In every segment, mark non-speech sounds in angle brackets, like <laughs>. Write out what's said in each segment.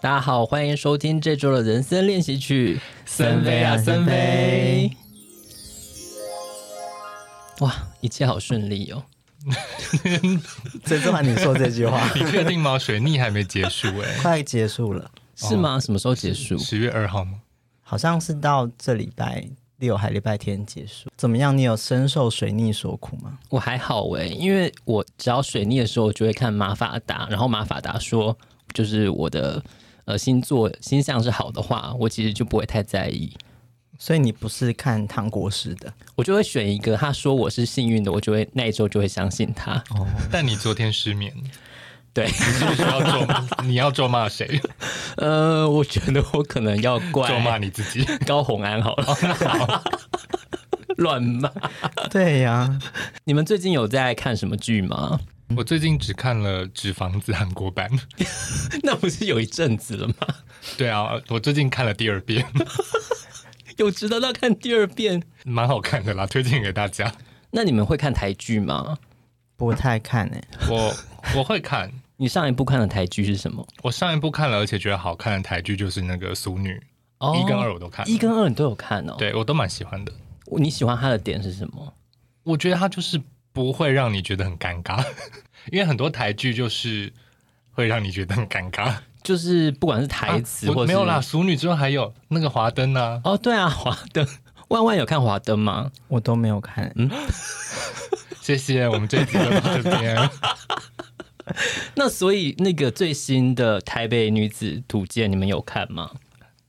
大家好，欢迎收听这周的人生练习曲，森飞啊森飞！，哇，一切好顺利哦！这次换你说这句话 <laughs> <laughs> 你确定吗？水逆还没结束哎、快结束了，是吗？什么时候结束？十月二号吗？好像是到这礼拜六还礼拜天结束。怎么样？你有深受水逆所苦吗？我还好诶，因为我只要水逆的时候，我就会看马法达，然后马法达说，就是我的呃星座星象是好的话，我其实就不会太在意，所以你不是看唐国师 <laughs> 的，我就会选一个他说我是幸运的，我就会那一周就会相信他。哦但你昨天失眠，对，你是不是要咒 <laughs> 骂？你要咒骂谁？呃，我觉得我可能要怪 <laughs> 咒骂你自己。高红安好了， <laughs> 乱骂。对呀、你们最近有在看什么剧吗？我最近只看了《纸房子》韩国版， <laughs> 那不是有一阵子了吗？对啊，我最近看了第二遍， <laughs> 有值得到看第二遍？蛮好看的啦，推荐给大家。那你们会看台剧吗？不太看哎、我我会看，你上一部看的台剧是什么？我上一部看了，而且觉得好看的台剧就是那个《俗女》哦一跟二我都看了，一跟二你都有看哦。，对我都蛮喜欢的。你喜欢他的点是什么？我觉得它就是不会让你觉得很尴尬， <laughs> 因为很多台剧就是会让你觉得很尴尬。就是不管是台词啊或我是、没有啦，《熟女》之后还有那个华灯啊， <laughs> 哦，对啊，华灯。万万有看华灯吗？我都没有看、欸嗯谢谢，我们这一集就到这边。那所以那个最新的《台北女子图鉴》，你们有看吗？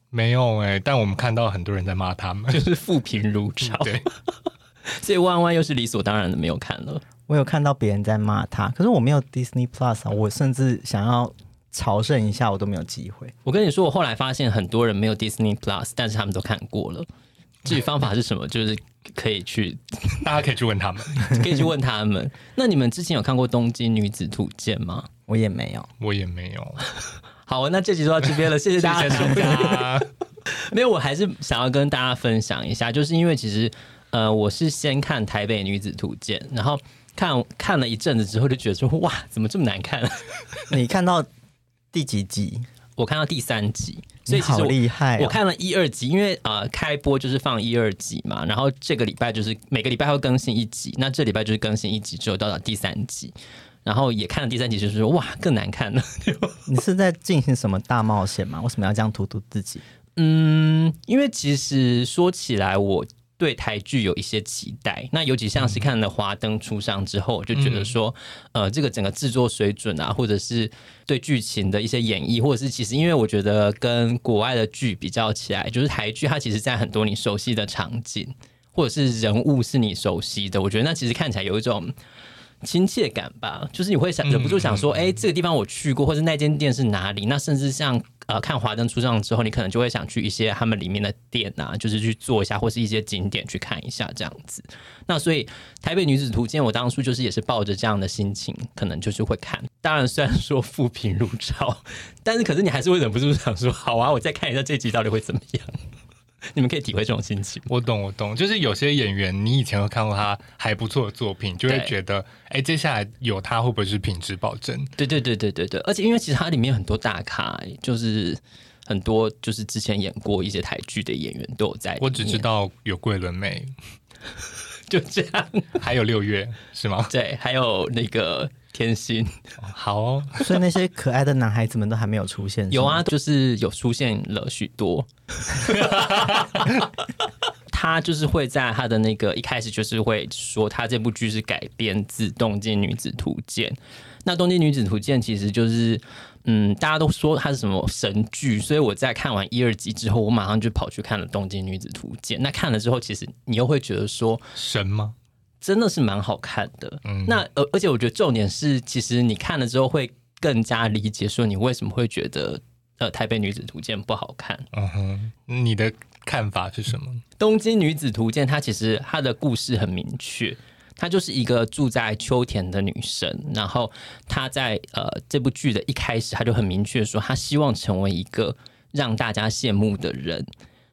<laughs> 没有哎、但我们看到很多人在骂他们 <laughs> <laughs> 就。是负评如潮，对，所以万万又是理所当然的没有看了。我有看到别人在骂他，可是我没有 Disney Plus 啊，我甚至想要朝圣一下，我都没有机会。我跟你说，我后来发现很多人没有 Disney Plus，但是他们都看过了。至于方法是什么，就是可以去 <laughs> 大家可以去问他们。 <laughs> 可以去问他们。那你们之前有看过《东京女子图鉴》吗？我也没有，我也没有，好，那这集就到这边 <laughs> 了，谢谢谢大谢家。大家。没有，我还是想要跟大家分享一下，就是因为其实呃，我是先看《台北女子图鉴》，然后看看了一阵子之后，就觉得说哇，怎么这么难看？你看到第几集？我看到第三集，所你以其好实我厉害、哦！我看了一二集，因为呃开播就是放一二集嘛，然后这个礼拜就是每个礼拜会更新一集，那这礼拜就是更新一集之后到达第三集，然后也看了第三集，就是说哇更难看了。你是在进行什么大冒险吗？为什么要这样荼毒自己？嗯，因为其实说起来我。对台剧有一些期待，那尤其像是看了《华灯初上》之后，我就觉得说，呃，这个整个制作水准啊，或者是对剧情的一些演绎，或者是其实因为我觉得跟国外的剧比较起来，就是台剧它其实在很多你熟悉的场景，或者是人物是你熟悉的，我觉得那其实看起来有一种亲切感吧，就是你会想忍不住想说，哎、这个地方我去过，或者那间店是哪里？那甚至像呃看《华灯初上》之后，你可能就会想去一些他们里面的店啊，就是去做一下，或是一些景点去看一下这样子。那所以《台北女子图鉴》，我当初就是也是抱着这样的心情，可能就是会看。当然，虽然说负评如潮， <laughs> 但是可是你还是会忍不住想说，好啊，我再看一下这集到底会怎么样。 <laughs> 你们可以体会这种心情。 <laughs> 我懂，我懂，就是有些演员，你以前有看过他还不错的作品，就会对觉得，哎、接下来有他会不会是品质保证？对对对对对对，而且因为其实它里面很多大咖、就是很多就是之前演过一些台剧的演员都有在里面。我只知道有桂纶镁， <laughs> 就这样。还有六月 <laughs> 是吗？对，还有那个天心好、哦， <laughs> 所以那些可爱的男孩子们都还没有出现。是吗有，啊，就是有出现了许多。他就是会在他的那个一开始就是会说，他这部剧是改编自《东京女子图鉴》。那《东京女子图鉴》其实就是，嗯，大家都说它是什么神剧，所以我在看完一二集之后，我马上就跑去看了《东京女子图鉴》。那看了之后，其实你又会觉得说，神吗？真的是蛮好看的。嗯那而而且我觉得重点是，其实你看了之后会更加理解，说你为什么会觉得呃《台北女子图鉴》不好看。嗯哼，你的看法是什么？哦《东京女子图鉴》它其实它的故事很明确，她就是一个住在秋田的女生，然后她在呃这部剧的一开始，她就很明确地说，她希望成为一个让大家羡慕的人。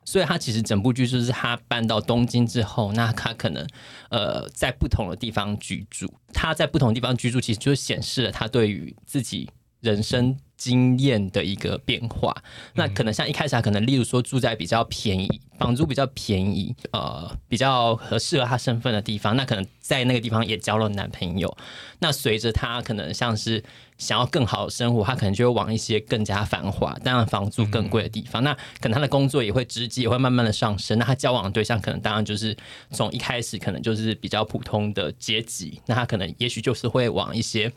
所以她其实整部剧就是她搬到东京之后，那她可能呃在不同的地方居住，她在不同地方居住，其实就显示了她对于自己人生经验的一个变化。那可能像一开始他可能例如说住在比较便宜、房租比较便宜、呃比较合适合他身份的地方，那可能在那个地方也交了男朋友。那随着他可能像是想要更好的生活，他可能就会往一些更加繁华、当然房租更贵的地方。那可能他的工作也会职级也会慢慢的上升。那他交往的对象可能当然就是从一开始可能就是比较普通的阶级，那他可能也许就是会往一些。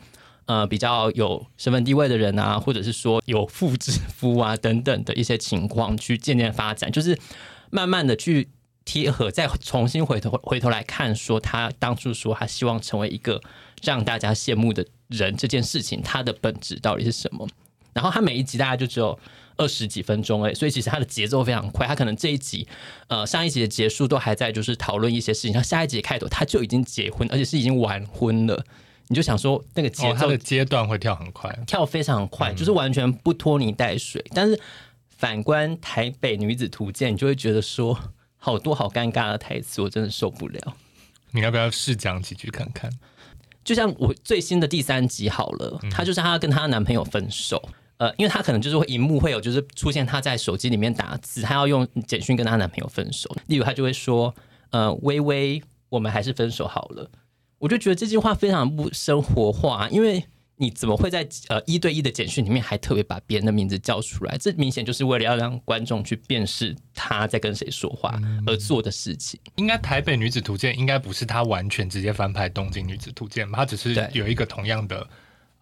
呃，比较有身份地位的人啊，或者是说有妇之夫啊等等的一些情况，去渐渐发展，就是慢慢的去贴合，再重新回头回头来看，说他当初说他希望成为一个让大家羡慕的人这件事情，它的本质到底是什么？然后他每一集大概就只有二十几分钟哎，所以其实他的节奏非常快。他可能这一集，呃，上一集的结束都还在就是讨论一些事情，他下一集的开头他就已经结婚，而且是已经完婚了。你就想说那个节哦，它奏的阶段会跳很快，跳非常快，就是完全不拖泥带水。但是反观《台北女子图鉴》，你就会觉得说，好多好尴尬的台词，我真的受不了。你要不要试讲几句看看？就像我最新的第三集好了，她就是她跟她男朋友分手。呃，因为她可能就是会荧幕会有，就是出现她在手机里面打字，她要用简讯跟她男朋友分手。例如，她就会说：“呃，微微，我们还是分手好了。”我就觉得这句话非常不生活化，因为你怎么会在呃一对一的简讯里面还特别把别人的名字叫出来？这明显就是为了要让观众去辨识他在跟谁说话而做的事情。应该《台北女子图鉴》应该不是它完全直接翻拍《东京女子图鉴》吧，它只是对有一个同样的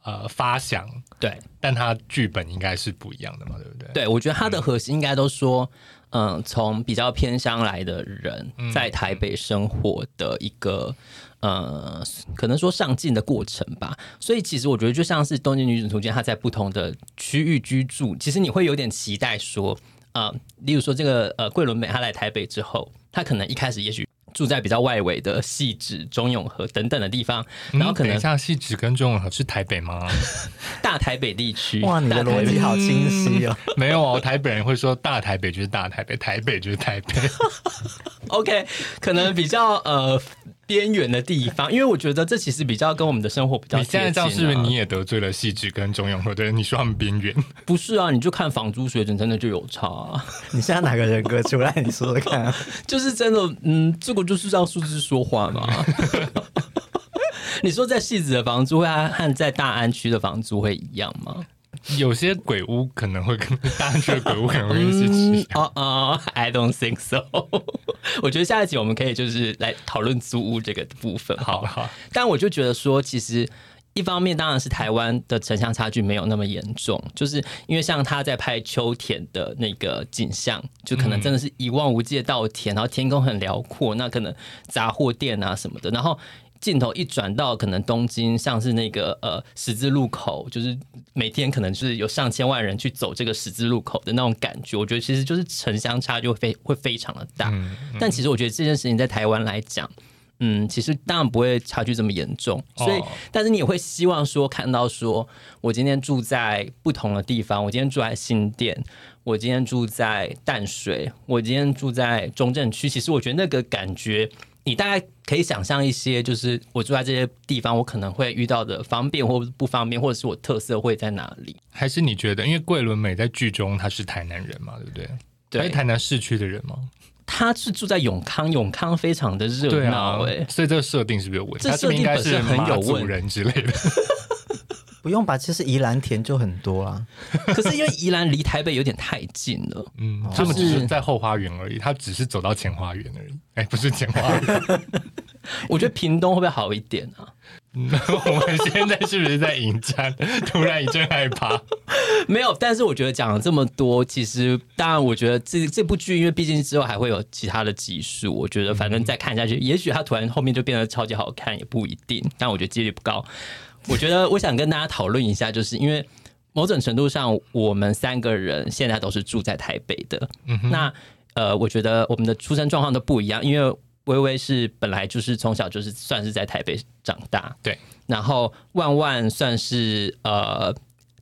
呃发想，对，但它剧本应该是不一样的嘛，对不对？对，我觉得他的核心应该都说，嗯，从比较偏乡来的人嗯在台北生活的一个。呃，可能说上进的过程吧，所以其实我觉得就像是《东京女子图鉴》，它在不同的区域居住，其实你会有点期待说，呃，例如说这个呃桂纶镁，她来台北之后，她可能一开始也许住在比较外围的汐止、中永和等等的地方，嗯，然后可等能一下戏只跟中文合是台北 <laughs> 吗？大台北地区，哇，你大的台逻北辑好清 <laughs> 晰哦。没有哦，台北人会说大台北就是大台北，台北就是台 <laughs> 北。 OK，可能比较呃边缘的地方，因为我觉得这其实比较跟我们的生活比较、啊你现在这样是不是你？也得罪了戏剧跟中永和的人？你说他们边 <laughs> 缘，不是啊，你就看房租水准真的就有差、啊，你现在哪个人格出来？你说说看、啊。 <laughs> 就是真的，嗯，这个就是让数字说话嘛。 <laughs> 你说在戏子的房租会和和在大安区的房租会一样吗？有些鬼屋可能会跟大安区的鬼屋可能会跟戏剧一样。哦哦，I don't think so 。 <laughs> 我觉得下一集我们可以就是来讨论租屋这个部分。好好，但我就觉得说，其实一方面当然是台湾的城乡差距没有那么严重，就是因为像他在拍秋田的那个景象，就可能真的是一望无际的稻田，然后天空很辽阔，那可能杂货店啊什么的，然后。镜头一转到可能东京，像是那个呃十字路口，就是每天可能就是有上千万人去走这个十字路口的那种感觉，我觉得其实就是城乡差距会非会非常的大。但其实我觉得这件事情在台湾来讲，嗯，其实当然不会差距这么严重，哦所以、但是你也会希望说看到说，我今天住在不同的地方，我今天住在新店，我今天住在淡水，我今天住在中正区，其实我觉得那个感觉。你大概可以想象一些，就是我住在这些地方，我可能会遇到的方便或不方便，或者是我特色会在哪里。还是你觉得，因为桂纶镁在剧中她是台南人嘛，对不对？对她是台南市区的人吗？他是住在永康，永康非常的热对啊闹、欸，哎、，所以这个设定是不是有问题？这她是不是应该设定是本身很有马祖问人之类的。不用吧，其实宜兰田就很多啊啦。可是因为宜兰离台北有点太近了，嗯，他们只是在后花园而已，他只是走到前花园而已。哎，不是前花 <laughs> 园，我觉得屏东会不会好一点啊？嗯我们现在是不是在迎战？突然一阵害怕。 <laughs> 没有，但是我觉得讲了这么多，其实当然，我觉得这这部剧，因为毕竟之后还会有其他的集数，我觉得反正再看下去，也许它突然后面就变得超级好看，也不一定。但我觉得几率不高。我觉得我想跟大家讨论一下，就是因为某种程度上，我们三个人现在都是住在台北的。那呃，我觉得我们的出生状况都不一样，因为微微是本来就是从小就是算是在台北长大，对，然后万万算是呃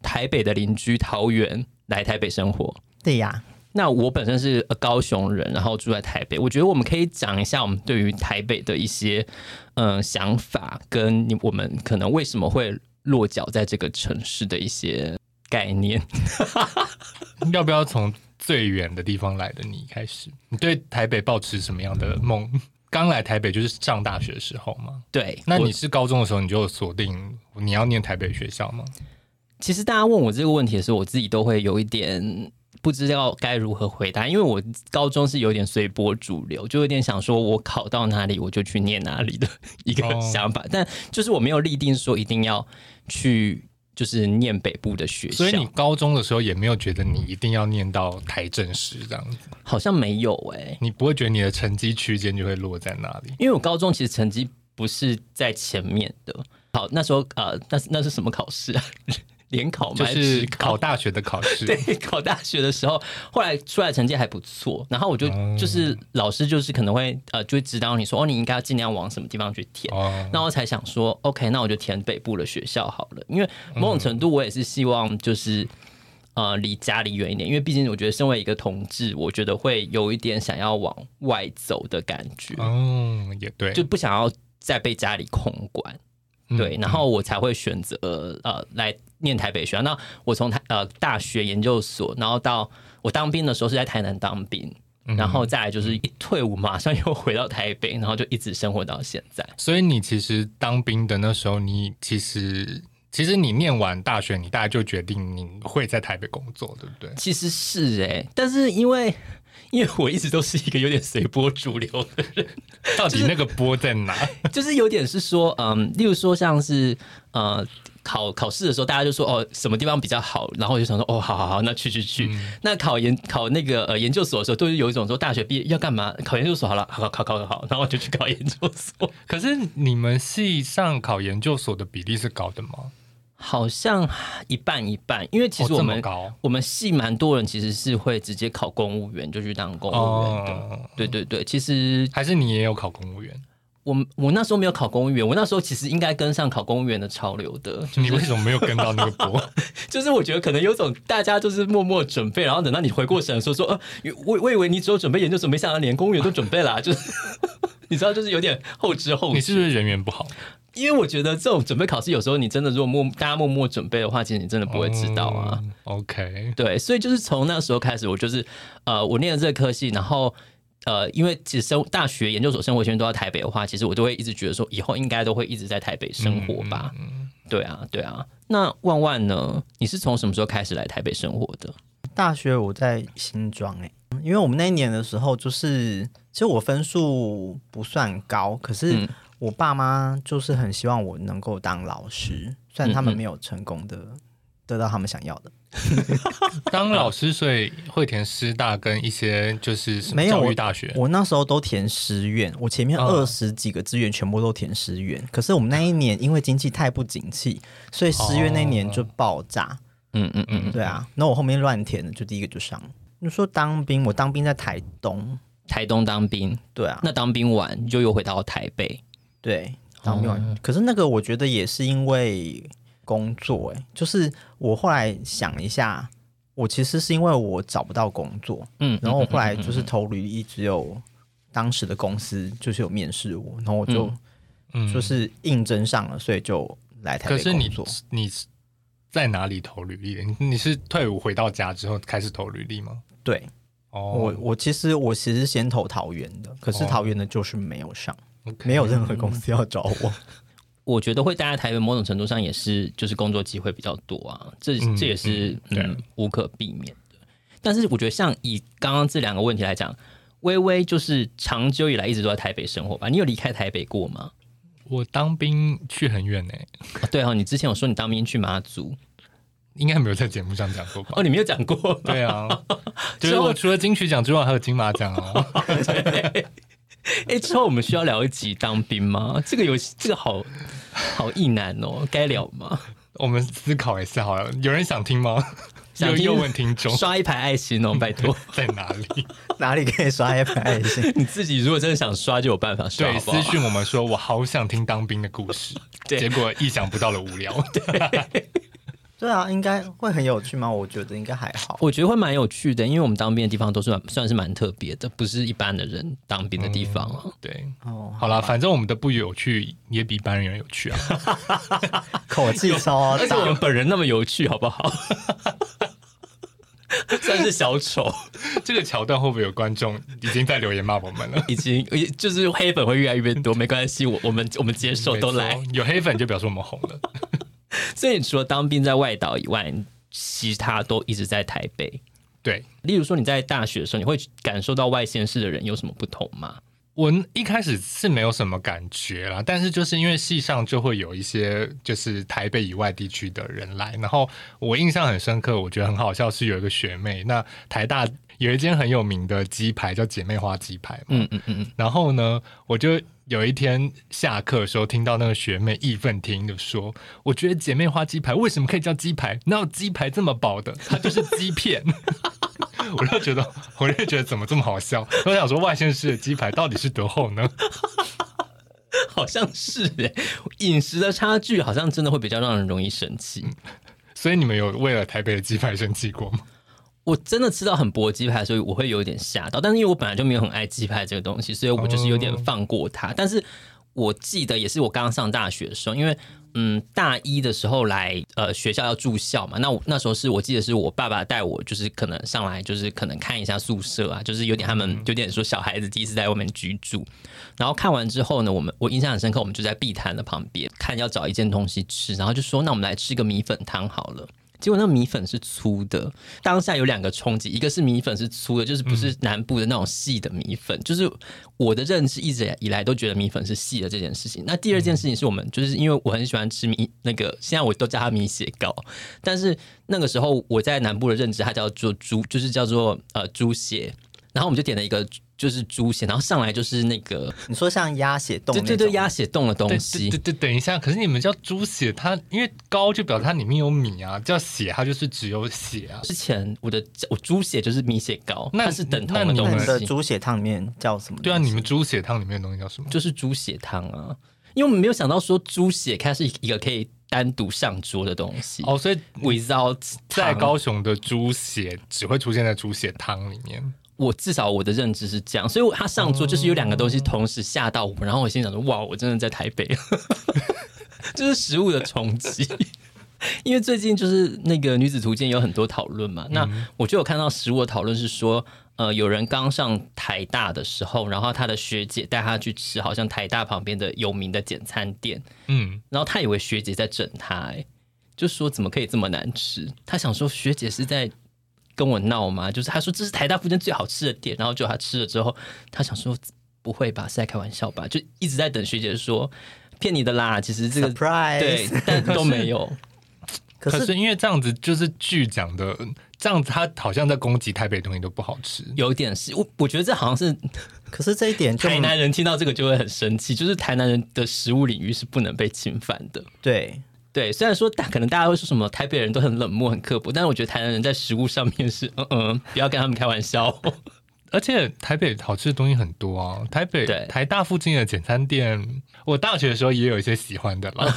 台北的邻居桃园来台北生活。对呀，那我本身是呃高雄人，然后住在台北。我觉得我们可以讲一下我们对于台北的一些嗯、呃想法，跟你我们可能为什么会落脚在这个城市的一些概念。要不要从最远的地方来的你开始？你对台北抱持什么样的梦？刚来台北就是上大学的时候吗？对，那我你是高中的时候你就锁定你要念台北学校吗？其实大家问我这个问题的时候，我自己都会有一点不知道该如何回答，因为我高中是有点随波逐流，就有点想说我考到哪里我就去念哪里的一个哦想法，但就是我没有立定说一定要去就是念北部的学校所以，你高中的时候也没有觉得你一定要念到台政师这样子，好像没有哎、你不会觉得你的成绩区间就会落在那里？因为我高中其实成绩不是在前面的。好，那时候呃，那是那是什么考试啊？ <laughs> 联考吗？就还是职考大学的考试， <laughs> 对，考大学的时候，后来出来成绩还不错，然后我就、哦就是老师就是可能会呃就会指导你说哦，你应该要尽量往什么地方去填。哦，那我才想说，OK，那我就填北部的学校好了，因为某种程度我也是希望就是。呃，离家里远一点，因为毕竟我觉得身为一个同志，我觉得会有一点想要往外走的感觉，哦，也对，就不想要再被家里控管。嗯对，然后我才会选择呃来念台北学校。那我从台呃大学研究所，然后到我当兵的时候是在台南当兵，嗯然后再来就是一退伍马上又回到台北，然后就一直生活到现在。所以你其实当兵的那时候，你其实其实你念完大学，你大概就决定你会在台北工作，对不 <laughs> 对？其实是哎、但是因为因为我一直都是一个有点随波逐流的人，到底那个波在哪？ <laughs> 就是有点是说，嗯，例如说像是呃。考考试的时候，大家就说哦，什么地方比较好，然后我就想说哦，好好好，那去去去。那考研考那个呃研究所的时候，都是有一种说大学毕业要干嘛，考研究所好了，好考考考好，然后我就去考研究所。可是你们系上考研究所的比例是高的吗？ <laughs> 好像一半一半，因为其实哦我这们、么高我们系蛮多人其实是会直接考公务员就去当公务员的。哦，对对对，其实还是你也有考公务员？我我那时候没有考公务员，我那时候其实应该跟上考公务员的潮流的，你为什么没有跟到那个波？就是我觉得可能有种大家就是默默准备，然后等到你回过神的时候说，呃，我我以为你只有准备研究所，没想到连公务员都准备啦、啊就是 <laughs> 你知道，就是有点后知后 <laughs> 你觉。是不是人缘不 <laughs> 好？因为我觉得这种准备考试，有时候你真的如果默大家默默准备的话，其实你真的不会知道啊。哦。OK，对，所以就是从那时候开始，我就是呃，我念了这个科系，然后呃，因为其实生大学、研究所、生活圈都在台北的话，其实我都会一直觉得说，以后应该都会一直在台北生活嗯吧。对啊，对啊。那万万呢？你是从什么时候开始来台北生活的？大学我在新庄哎、因为我们那一年的时候，就是其实我分数不算高，可是嗯我爸妈就是很希望我能够当老师，虽然他嗯们没有成功的得到他们想要的，当嗯老师，所以会填师大跟一些就是什么没有教我育大学。我那时候都填师院，我前面嗯二十几个志愿全部都填师院，可是我们那一年因为经济太不景气，所以师院那一年就爆炸。哦嗯嗯嗯，对啊，那我后面乱填的，就第一个就上了。你说当兵，我当兵在台东，台东当兵，对啊，那当兵完就又回到台北。对，当兵完、哦可是那个我觉得也是因为工作、欸，就是我后来想一下，我其实是因为我找不到工作，嗯，然后我后来就是投履历，只有当时的公司就是有面试我，然后我就、嗯就是应征上了，所以就来台可北是工你作。你是在哪里投履历的？你你是退伍回到家之后开始投履历吗？对我哦，我其实我其实先投桃园的，可是哦桃园的就是没有上， OK 没有任何公司要找我。 <laughs> 我觉得会待在台北，某种程度上也是就是工作机会比较多啊，这嗯这也是嗯嗯对无可避免的。但是我觉得像以刚刚这两个问题来讲，微微就是长久以来一直都在台北生活吧？你有离开台北过吗？我当兵去很远呢、哦对哦，你之前有说你当兵去马祖，应该没有在节目上讲过吧？ <laughs> 哦，你没有讲过 <laughs> 吗？对啊，就是之后我除了金曲奖之外，还有金马奖啊。哎，之后我们需要聊一集当兵吗？这个游戏这个好好意难哦，该聊 <laughs> 吗？我们思考一下好了，有人想听吗？想又听又问听众刷一排爱心哦，拜托。在哪 <laughs> 里？哪里可以刷 F <laughs> 爱心？你自己如果真的想刷，就有办法刷，对，好不私好？讯我们说，我好想听当兵的故事， <laughs> 对结果意想不到的无聊。 <laughs> 对啊，应该会很有趣吗？我觉得应该还好。我觉得会蛮有趣的，因为我们当兵的地方都是蛮算是蛮特别的，不是一般的人当兵的地方啊。对，哦，好啦，反正我们的不有趣也比一般人有 <laughs> 趣啊。口气超而且我大，们本人那么有趣，好不好？ <laughs> 算是小丑，这个桥段会不会有观众已经在留言骂我们 <laughs> 了？已经就是黑粉会越来越 <laughs> 多，没关系，我我们我们接受都来没。错，有黑粉就表示我们红了。所以你除了当兵在外岛以外，其他都一直在台北。对例如说你在大学的时候，你会感受到外县市的人有什么不同吗？我一开始是没有什么感觉啦，但是就是因为系上就会有一些就是台北以外地区的人来，然后我印象很深刻，我觉得很好笑是有一个学妹，那台大有一间很有名的鸡排叫姐妹花鸡排嘛，嗯嗯嗯，然后呢，我就有一天下课的时候，听到那个学妹义愤填膺的说：“我觉得姐妹花鸡排为什么可以叫鸡排？哪有鸡排这么薄的？它就是鸡片。” <laughs> 我就觉得，我就觉得怎么这么好笑？我想说，外县市的鸡排到底是多厚呢？ <laughs> 好像是诶、饮食的差距好像真的会比较让人容易生气。所以你们有为了台北的鸡排生气过吗？我真的吃到很薄鸡排，所以我会有点吓到。但是因为我本来就没有很爱鸡排这个东西，所以我就是有点放过它。但是我记得也是我刚上大学的时候，因为嗯大一的时候来呃学校要住校嘛，那我那时候是我记得是我爸爸带我，就是可能上来就是可能看一下宿舍啊，就是有点他们有点说小孩子第一次在外面居住，然后看完之后呢，我们我印象很深刻，我们就在碧潭的旁边看要找一件东西吃，然后就说那我们来吃个米粉汤好了。结果那米粉是粗的，当下有两个冲击，一个是米粉是粗的，就是不是南部的那种细的米粉，就是我的认知一直以来都觉得米粉是细的这件事情。那第二件事情是我们，就是因为我很喜欢吃米，那个现在我都叫它米血糕，但是那个时候我在南部的认知，它叫做猪，就是叫做呃猪血，然后我们就点了一个就是猪血，然后上来就是那个你说像鸭血冻对那对种，对鸭血冻的 <laughs> 东对西，对对，等一下，可是你们叫猪血，它因为高就表示它里面有米啊，叫血它就是只有血啊。之前我的我猪血就是米血糕，那它是等同那的你那东你的西，猪血汤里面叫什么？对啊，你们猪血汤里面的东西叫什么？就是猪血汤啊。因为我们没有想到说猪血它是一个可以单独上桌的东西。哦，所以 without 在汤高雄的猪血只会出现在猪血汤里面。我至少我的认知是这样，所以他上桌就是有两个东西同时吓到我，然后我心想说：哇，我真的在台北， <laughs> 就是食物的冲击。 <laughs> 因为最近就是那个女子图鉴有很多讨论嘛，那我就有看到食物的讨论是说，呃，有人刚上台大的时候，然后他的学姐带他去吃好像台大旁边的有名的简餐店，嗯，然后他以为学姐在整他、欸，就说怎么可以这么难吃？他想说学姐是在跟我闹吗？就是他说这是台大附近最好吃的店，然后就他吃了之后，他想说不会吧，是在开玩笑吧？就一直在等学姐说骗你的啦，其实这个 surprise，对，但都没有。可可是是因为这样子就是剧讲的，这样子他好像在攻击台北的东西都不好吃。有点是我，我觉得这好像是可是这一点就台南人听到这个就会很生气，就是台南人的食物领域是不能被侵犯的。对，对，虽然说大可能大家会说什么台北人都很冷漠、很刻薄，但是我觉得台南人在食物上面是，嗯嗯，不要跟他们开玩笑哦、而且台北好吃的东西很多啊，台北对台大附近的简餐店，我大学的时候也有一些喜欢的啦。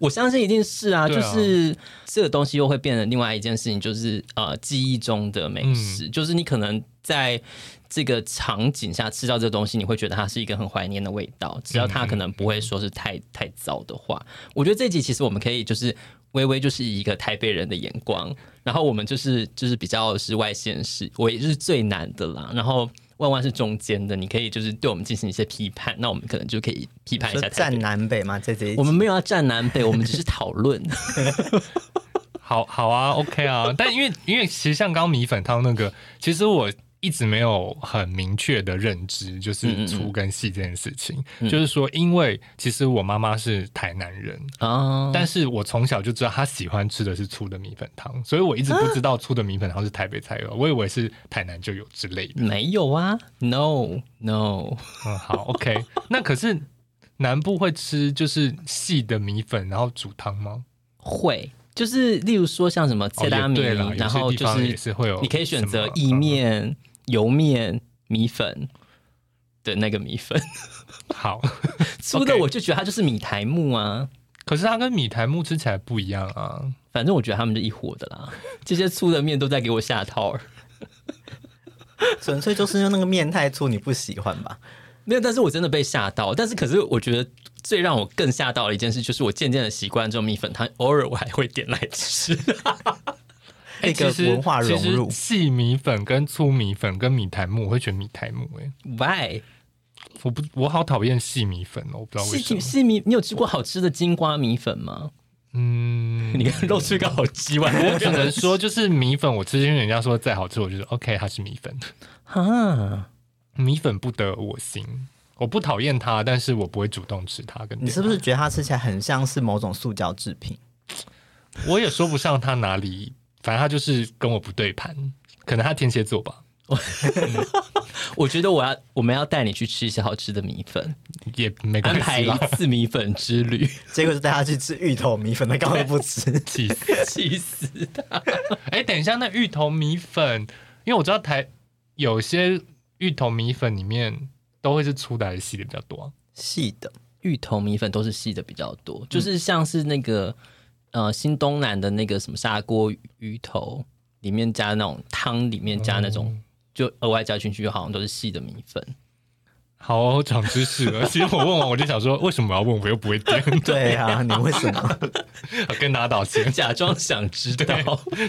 我相信一定是啊，对就啊是这个东西又会变成另外一件事情，就是呃，记忆中的美食，就是你可能在这个场景下吃到这个东西，你会觉得它是一个很怀念的味道，只要它可能不会说是太太糟的话，我觉得这一集其实我们可以就是。微微就是以一个台北人的眼光，然后我们就是就是比较是外县市，我也是最难的啦。然后万万是中间的，你可以就是对我们进行一些批判，那我们可能就可以批判一就下台北站南北嘛，在这一集我们没有要站南北，我们只是讨 <laughs> 论。 <laughs> 好好啊，OK <laughs> 啊，但因为因为其实像刚刚米粉汤那个，其实我一直没有很明确的认知，就嗯嗯是嗯粗跟细这件事情。就是说，因为其实我妈妈是台南人，啊，但是我从小就知道她喜欢吃的是粗的米粉汤，所以我一直不知道粗的米粉汤是台北才有，我以为是台南就有之类的。没有啊，no no，啊嗯，好，OK。那可是南部会吃就是细的米粉，然后煮汤吗？会就是例如说像什么哦切拉米，也对啦有些然后地就方是也是会有你可以选择什么意面、油面、米粉的那个米粉， <laughs> 好，粗的 OK 我就觉得它就是米苔木啊。可是它跟米苔木吃起来不一样啊。反正我觉得他们是一伙的啦。这些粗的面都在给我下套儿。纯粹就是因为那个面太粗，你不喜欢吧？没有，但是我真的被吓到。但是可是我觉得最让我更吓到的一件事，就是我渐渐的习惯这种米粉汤，偶尔我还会点来吃。那个其实文化融入其实细米粉跟粗米粉跟米苔木，我会选米苔木、欸。 Why？我不，我好讨厌细米粉哦，我不知道为什细么。细米，你有吃过好吃的金瓜米粉吗？ <laughs> 嗯，你看露出一个好鸡歪 <laughs> 我 <laughs> 只能说，就是米粉，我吃进去，人家说再好吃，我就说 OK，它是米粉，啊！米粉不得我心。我不讨厌它，但是我不会主动吃它。跟你是不是觉得它吃起来很像是某种塑胶制 <laughs> 品？点它我也说不上它哪里，反正它就是跟我不对盘，可能它天蝎座吧，我觉得我要我们要带你去吃一些好吃的米粉，也没安关排系一啦。。次米粉之旅，结果就带他去吃芋头米粉，他根本不吃气死！ <laughs> 气死！哎、等一下，那芋头米粉，因为我知道台有些芋头米粉里面都会是粗的还是细的比较多啊、细的，芋头米粉都是细的比较多，嗯就是像是那个呃新东南的那个什么砂锅鱼头，里面加那种汤，里面加那种、哦就额外加进去，好像都是细的米 <laughs> 粉。好、哦我长知识了。其实我问完，我就想说，为什么我要问？我又不会点， <laughs> <laughs> 对啊，你为什么？跟大家道歉， <laughs> 假装想知道。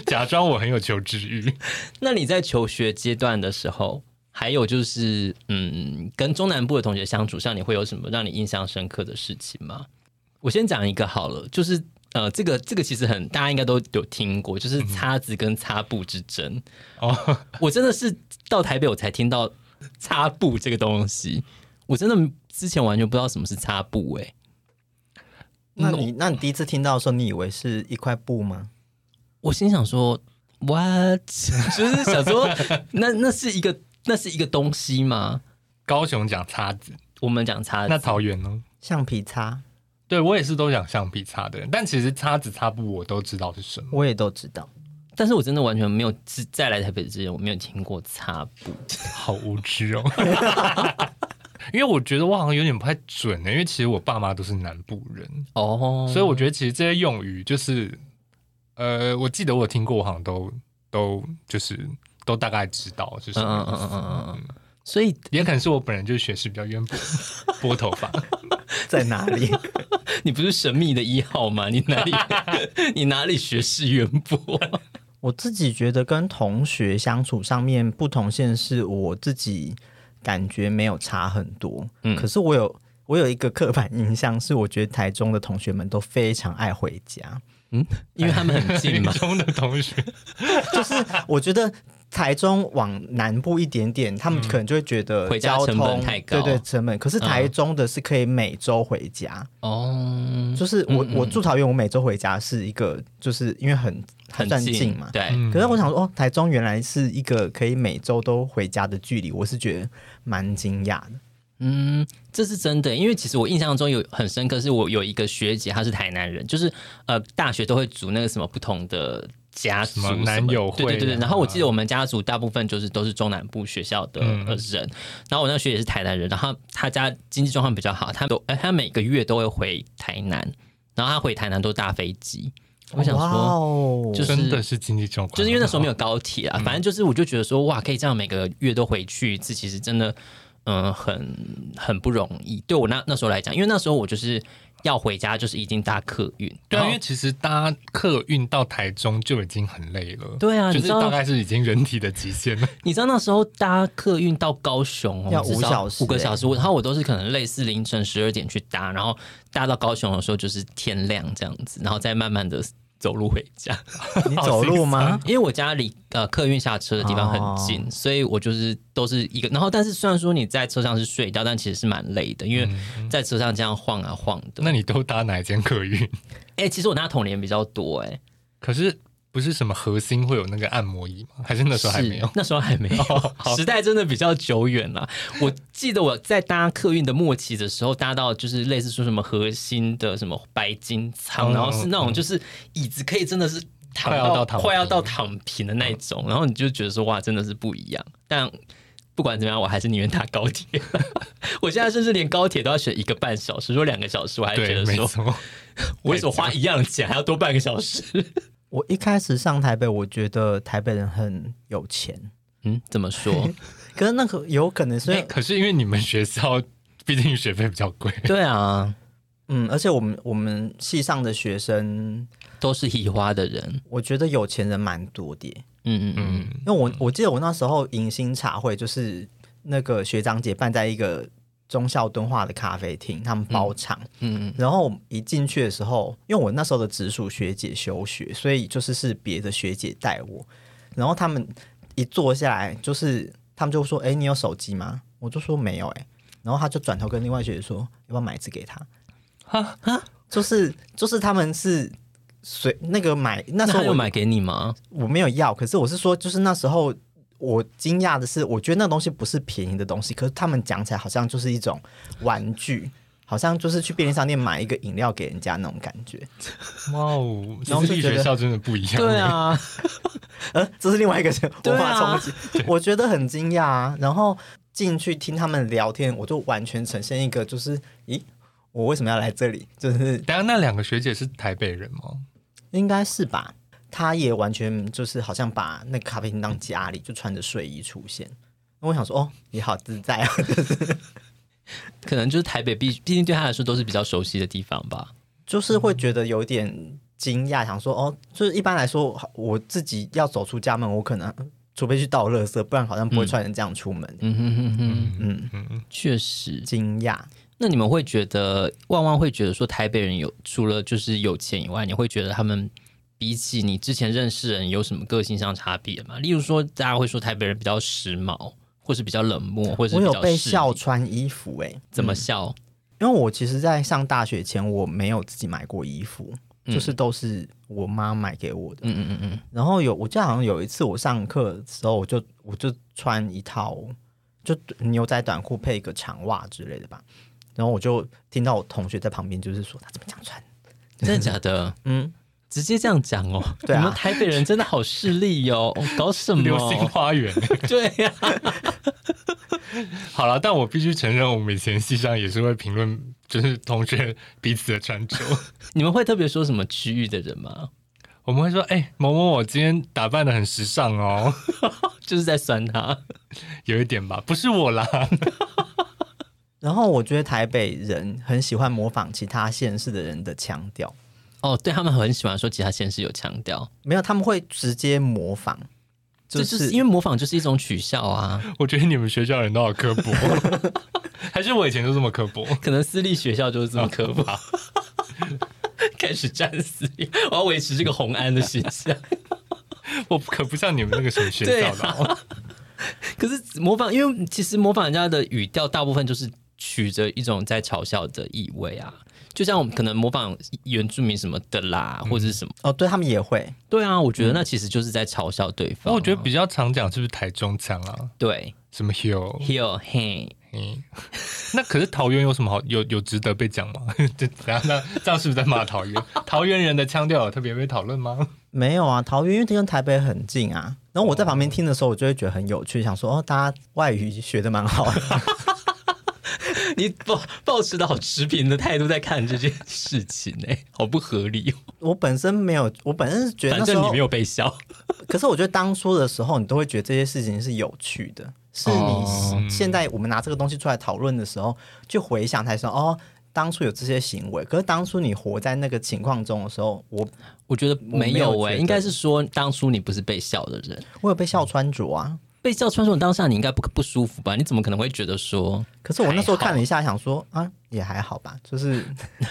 假装我很有求知欲。那你在求学阶段的时候，还有就是嗯，跟中南部的同学相处上，你会有什么让你印象深刻的事情吗？我先讲一个好了，就是呃，这个这个其实很大家应该都有听过，就是擦子跟擦布之争。哦，我真的是到台北我才听到擦布这个东西，我真的之前完全不知道什么是擦布哎、那你那你第一次听到的时候，你以为是一块布吗？我心想说，what？就是 <laughs> 想说，那那是一个那是一个东西吗？高雄讲叉子，我们讲擦那桃园呢？橡皮擦，对我也是都讲橡皮擦的人，但其实叉子擦布我都知道是什么。我也都知道。但是我真的完全没有之再来台北之前，我没有听过擦布。好无知哦。 <laughs> 因为我觉得我好像有点不太准欸呢、因为其实我爸妈都是南部人，哦，所以我觉得其实这些用语就是，呃，我记得我有听过，我好像都都就是都大概知道是什么意思。嗯嗯嗯嗯嗯嗯嗯所以也可能是我本人就是学识比较渊博， <laughs> 拨头发。在哪里？ <laughs> 你不是神秘的一号吗？你哪里你哪里学识渊博？我自己觉得跟同学相处上面不同县市，我自己感觉没有差很多。嗯可是我有我有一个刻板印象，是我觉得台中的同学们都非常爱回家。嗯，因为他们很近心嘛。中的同学，我觉得台中往南部一点点，他们可能就会觉得嗯回家交成通本太高对对，成本。可是台中的是可以每周回家，哦，就是我我住桃园，我每周回家是一个，就是因为很很算近近嘛。对，嗯可是我想说，哦，台中原来是一个可以每周都回家的距离，我是觉得蛮惊讶的。嗯，这是真的，因为其实我印象中有很深刻，是我有一个学姐，她是台南人，就是呃，大学都会组那个什么不同的家族什什么么男友会对对对对。啊然后我记得我们家族大部分就是都是中南部学校的嗯呃人，然后我那个学姐是台南人，然后她她家经济状况比较好，她都哎她每个月都会回台南，然后她回台南都搭飞机，我想哇说。哦，就是真的是经济状况，就是因为那时候没有高铁嗯啊，反正就是我就觉得说，哇，可以这样每个月都回去一次，其实真的，嗯、很很不容易。对我那那时候来讲，因为那时候我就是要回家，就是已经搭客运，对啊，然因后为其实搭客运到台中就已经很累了，对啊就你是知道大概是已经人体的极限了。你知道那时候搭客运到高雄哦，要至五少小时五个欸小时，我然后我都是可能类似凌晨十二点去搭，然后搭到高雄的时候就是天亮这样子，然后再慢慢的走路回家。你走路吗？因为我家离呃客运下车的地方很近，所以我就是都是一个。然后，但是虽然说你在车上是睡觉，但其实是蛮累的，因为在车上这样晃啊晃的。那你都搭哪一间客运？哎、其实我拿桶帘比较多、诶可是不是什么核心会有那个按摩椅吗？还是那哎，时候还没有是？那时候还没 <laughs> 有，时代真的比较久远了。我记得我在搭客运的末期的时候，搭到就是类似说什么核心的什么白金舱，嗯然后是那种就是椅子可以真的是。躺快要到躺平快要到躺平的那一种，然后你就觉得说哇，真的是不一样。但不管怎么样，我还是宁愿搭高铁。 <laughs> 我现在甚至连高铁都要选一个半小时，说两个小时，我还觉 <laughs> 对，得没说，错。我为什么花一样的钱还要多半个小时？我一开始上台北，我觉得台北人很有钱，嗯，怎么说？可是那个有可能是因哎、为可是因为你们学校 <laughs> 毕竟学费比较贵， <laughs> 对啊，嗯，而且我们我们系上的学生，都是移花的人，我觉得有钱人蛮多的耶，嗯嗯嗯，嗯，因为我我记得我那时候迎新茶会就是那个学长姐办在一个中校敦化的咖啡厅，他们包场，嗯嗯然后我一进去的时候，因为我那时候的直属学姐休学，所以就是是别的学姐带我。然后他们一坐下来，就是他们就说：“哎、你有手机吗？”我就说没有、哎，然后他就转头跟另外学姐说：“要不要买一支给他？”就是就是他们是随那个买那那时候他我有买给你吗？我没有要，可是我是说，就是那时候我惊讶的是，我觉得那东西不是便宜的东西，可是他们讲起来好像就是一种玩具，好像就是去便利商店买一个饮料给人家那种感觉。哇哦，然后私就立觉得学校真的不一样，对，啊，呃，这是另外一个 <laughs> 对文啊化冲击，我觉得很惊讶啊。然后进去听他们聊天，我就完全呈现一个就是，咦，我为什么要来这里？就是等一下那两个学姐是台北人哦吗？应该是吧。他也完全就是好像把那个咖啡厅当家里，就穿着睡衣出现。那我想说，哦，你好自在啊， <laughs> 可能就是台北毕，毕竟对他来说都是比较熟悉的地方吧。就是嗯会觉得有点惊讶，想说哦，就是一般来说，我自己要走出家门，我可能除非去倒垃圾，不然好像不会穿成这样出门。嗯哼哼哼，嗯，确实。惊讶，那你们会觉得，万万会觉得说，台北人有除了就是有钱以外，你会觉得他们比起你之前认识的人有什么个性上差别吗？例如说，大家会说台北人比较时髦，或是比较冷漠，或是我比有较被势利笑穿衣服哎、怎么笑？因为我其实，在上大学前，我没有自己买过衣服，就是都是我妈买给我的。嗯嗯嗯嗯，然后有，我记得好像有一次我上课的时候，我就我就穿一套就牛仔短裤配一个长袜之类的吧。然后我就听到我同学在旁边就是说他怎么这样穿，真的假的？嗯，直接这样讲哦，对啊你们台北人真的好势利哦，哦搞什么？流星花园。 <laughs> <laughs> 对啊呀、好了，但我必须承认，我们以前系上也是会评论， <laughs> 就是同学彼此的穿着。 <laughs> 你们会特别说什么区域的人吗？我们会说，哎、某某某今天打扮的很时尚哦， <laughs> 就是在酸他，有一点吧，不是我啦，然后我觉得台北人很喜欢模仿其他县市的人的腔调，哦，对他们很喜欢说其他县市有腔调，没有他们会直接模仿，就是这就是因为模仿就是一种取笑啊。我觉得你们学校人都好刻薄， <laughs> 还是我以前就这么刻薄？ <laughs> 可能私立学校就是这么可怕， <laughs> 开始站私立，我要维持这个红安的形象。我可不像你们那个什么学校的哦、 <laughs> 可是模仿，因为其实模仿人家的语调，大部分就是取着一种在嘲笑的意味啊。就像我们可能模仿原住民什么的啦，或者是什么，哦，对他们也会，对啊，我觉得那其实就是在嘲笑对 <laughs> 那方啊。我觉得比较常讲是不是台中腔啊，对什么 <laughs> hill？ ，hill hey，嗯，那可是桃园有什么好有有值得被讲吗？ <laughs> 这然后那这样是不是在骂桃园？桃园人的腔调有特别被讨论吗？没有啊，桃园因为跟台北很近啊。然后我在旁哦边听的时候，我就会觉得很有趣，想说哦，大家外语学的蛮好的。 <laughs> <laughs> 你抱抱持的好持平的态度在看这件事情哎、好不合理、哦。我本身没有，我本身是觉得反那时正你候没，有被笑，可是我觉得当初的时候，你都会觉得这些事情是有趣的，是哦你现在我们拿这个东西出来讨论的时候，去回想才说哦，当初有这些行为。可是当初你活在那个情况中的时候，我我觉得没有我没有哎、觉得应该是说当初你不是被笑的人，我有被笑穿着啊。被笑穿梭当下你应该不不舒服吧？你怎么可能会觉得说？可是我那时候看了一下，想说啊，也还好吧，就是 <laughs> <laughs>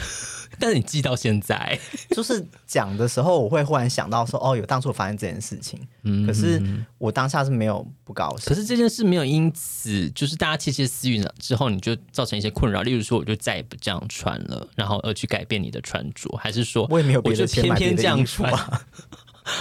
但是你记到现在，就是讲的时候，我会忽然想到说，哦，有当初我发生这件事情，嗯可是我当下是没有不高兴。 <laughs> 可是这件事没有因此就是大家窃窃私语了之后，你就造成一些困扰。例如说，我就再也不这样穿了，然后而去改变你的穿着，还是说我也没有我别就的钱偏买偏别这的样衣服穿啊。？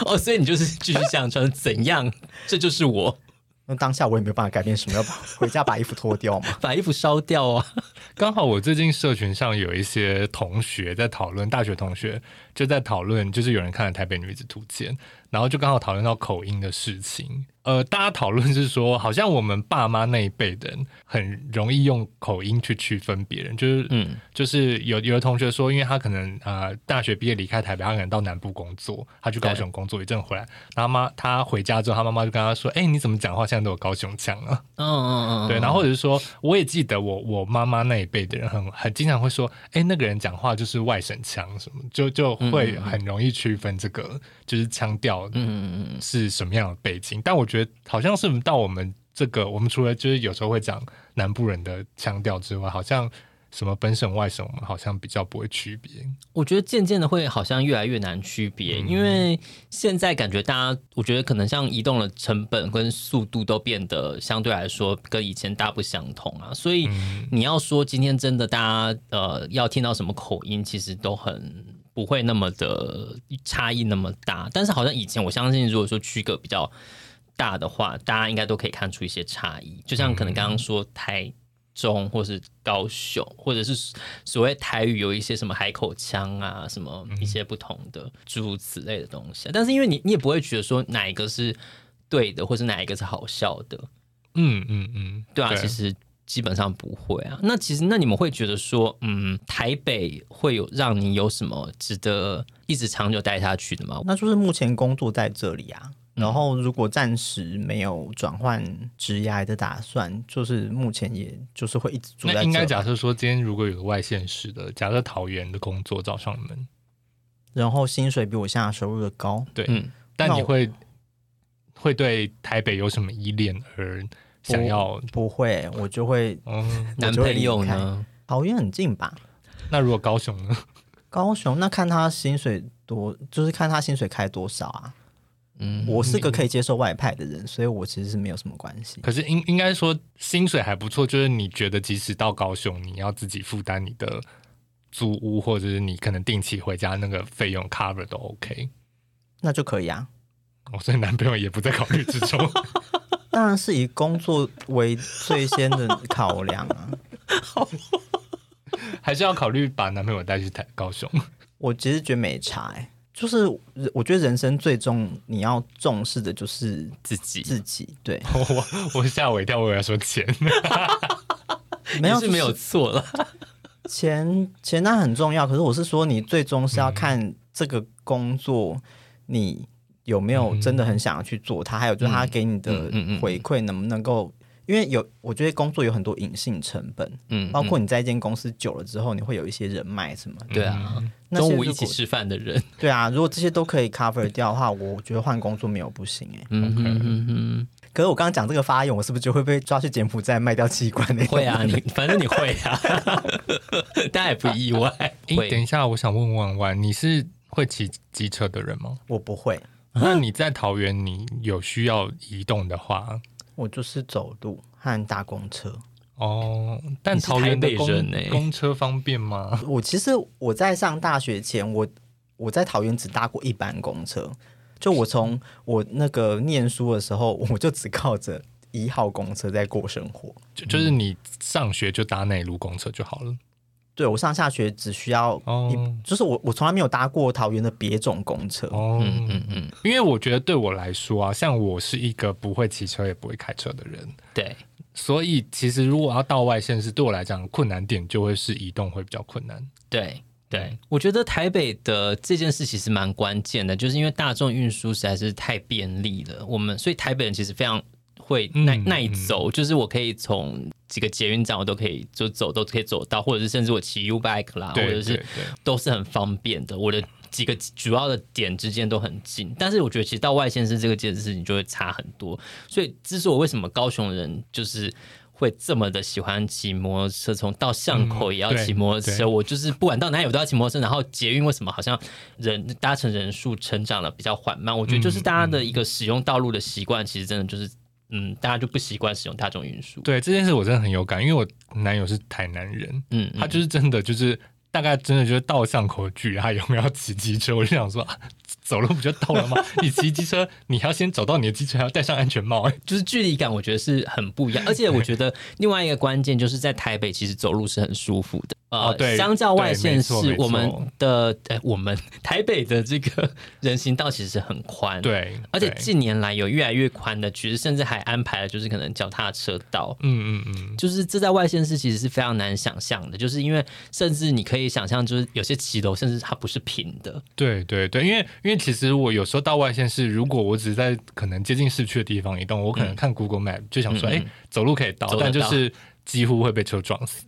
哦，所以你就是继续这样穿，怎样？这就是我 <laughs> 那当下我也没有办法改变什么，要把回家把衣服脱掉嘛。把衣服烧掉啊！刚好我最近社群上有一些同学在讨论，大学同学就在讨论，就是有人看了《台北女子图鉴》，然后就刚好讨论到口音的事情。呃，大家讨论是说，好像我们爸妈那一辈的人很容易用口音去区分别人，就是嗯，就是有有的同学说，因为他可能呃大学毕业离开台北，他可能到南部工作，他去高雄工作一阵回来，然后妈他回家之后，他妈妈就跟他说：“哎、你怎么讲话现在都有高雄腔啊嗯嗯？”嗯，对，然后或者是说，我也记得我我妈妈那一辈的人很很经常会说：“哎、那个人讲话就是外省腔什么，就就会很容易区分这个就是腔调嗯嗯嗯是什么样的背景。但我觉得好像是到我们这个，我们除了就是有时候会讲南部人的腔调之外，好像什么本省外省，我们好像比较不会区别。我觉得渐渐的会好像越来越难区别，因为现在感觉大家，我觉得可能像移动的成本跟速度都变得相对来说跟以前大不相同啊，所以你要说今天真的大家呃要听到什么口音，其实都很不会那么的差异那么大，但是好像以前我相信，如果说区隔比较大的话，大家应该都可以看出一些差异，就像可能刚刚说台。中或是高雄，或者是所谓台语有一些什么海口腔啊，什么一些不同的诸如此类的东西啊。但是因为你你也不会觉得说哪一个是对的，或是哪一个是好笑的，嗯嗯嗯，对啊，其实基本上不会啊。那其实那你们会觉得说，嗯，台北会有让你有什么值得一直长久待下去的吗？那就是目前工作在这里啊。然后如果暂时没有转换职涯的打算，就是目前也就是会一直住在那这。应该假设说，今天如果有个外县市的，假设桃园的工作找上门，然后薪水比我现在收入的高，对，嗯但那你我会会对台北有什么依恋而想要？不会，我就会嗯，男朋友呢？桃园很近吧？那如果高雄呢？高雄那看他薪水多，就是看他薪水开多少啊。嗯，我是个可以接受外派的人，所以我其实是没有什么关系。 <laughs> 可是应应该说薪水还不错，就是你觉得即使到高雄，你要自己负担你的租屋，或者是你可能定期回家那个费用 cover 都 OK。那就可以啊。哦，所以男朋友也不在考虑之 <laughs> 中。当然是以工作为最先的考量啊。还是要考虑把男朋友带去台高雄。 <laughs> 我其实觉得没差、欸，就是我觉得人生最重你要重视的就是自己自己，对，我我吓我一跳，我以为要说 <laughs> 钱。没有也是没有就是错了。 <laughs> 钱钱那很重要，可是我是说你最终是要嗯看这个工作你有没有真的很想要去做它，还有就是他给你的嗯嗯嗯嗯嗯回馈能不能够。因为有，我觉得工作有很多隐性成本，嗯，包括你在一间公司久了之后，你会有一些人脉什么的。对啊，那些中午如一起果吃饭的人，对啊，如果这些都可以 cover 掉的话，我觉得换工作没有不行哎、嗯哼哼哼。可是我刚刚讲这个发言，我是不是就会被抓去柬埔寨卖掉器官那 <laughs> 种？会啊，你反正你会啊， <laughs> 大家也不意外。诶等会，一下，我想问万万，你是会骑机车的人吗？ <laughs> 我不会，那你在桃园，你有需要移动的话，我就是走路和搭公车。哦，但你是桃园的台北公、人欸公车方便吗？我其实我在上大学前，我我在桃园只搭过一班公车，就我从我那个念书的时候，我就只靠着一号公车在过生活。就就是你上学就搭内陆公车就好了。对我上下学只需要一，哦就是我我从来没有搭过桃园的别种公车。哦，嗯嗯嗯，因为我觉得对我来说啊，像我是一个不会骑车也不会开车的人，对，所以其实如果要到外县市，对我来讲困难点就会是移动会比较困难。对对，我觉得台北的这件事其实蛮关键的，就是因为大众运输实在是太便利了，我们所以台北人其实非常会耐、嗯耐走，就是我可以从几个捷运站我都可以就走都可以走到，或者是甚至我骑 U bike 啊啦，或嗯对者对是对，都是很方便的。我的几个主要的点之间都很近，但是我觉得其实到外县市这个件事情就会差很多。所以，之所以为什么高雄人就是会这么的喜欢骑摩托车，从到巷口也要骑摩托嗯车，对我就是不管到哪里我都要骑摩托车。然后捷运为什么好像人搭乘人数成长的比较缓慢？我觉得嗯就是大家的一个使用道路的习惯，其实真的就是。嗯，大家就不习惯使用大众运输。对这件事我真的很有感，因为我男友是台南人，嗯，嗯他就是真的就是。大概真的就是到巷口的距离，他有没有骑机车？我就想说，啊走路不就到了吗？你骑机车，你还要先走到你的机车，还要戴上安全帽、 <laughs> 欸就是距离嗯感，我觉得是很不一样。而且我觉得另外一个关键就是在台北，其实走路是很舒服的。呃，哦对相较外对县没市错没，错我们的呃，我们 <laughs> 台北的这个人行道其实很宽，，对，而且对近年来有越来越宽的区，甚至还安排了就是可能脚踏车道，嗯嗯嗯，就是这在外县市其实是非常难想象的，就是因为甚至你可以想象，就是有些骑楼甚至它不是平的，对对对，因为因为其实我有时候到外县市，如果我只是在可能接近市区的地方移动，我可能看 Google Map 就想说，嗯哎、嗯走路可以到走，得但就到是几乎会被车撞死。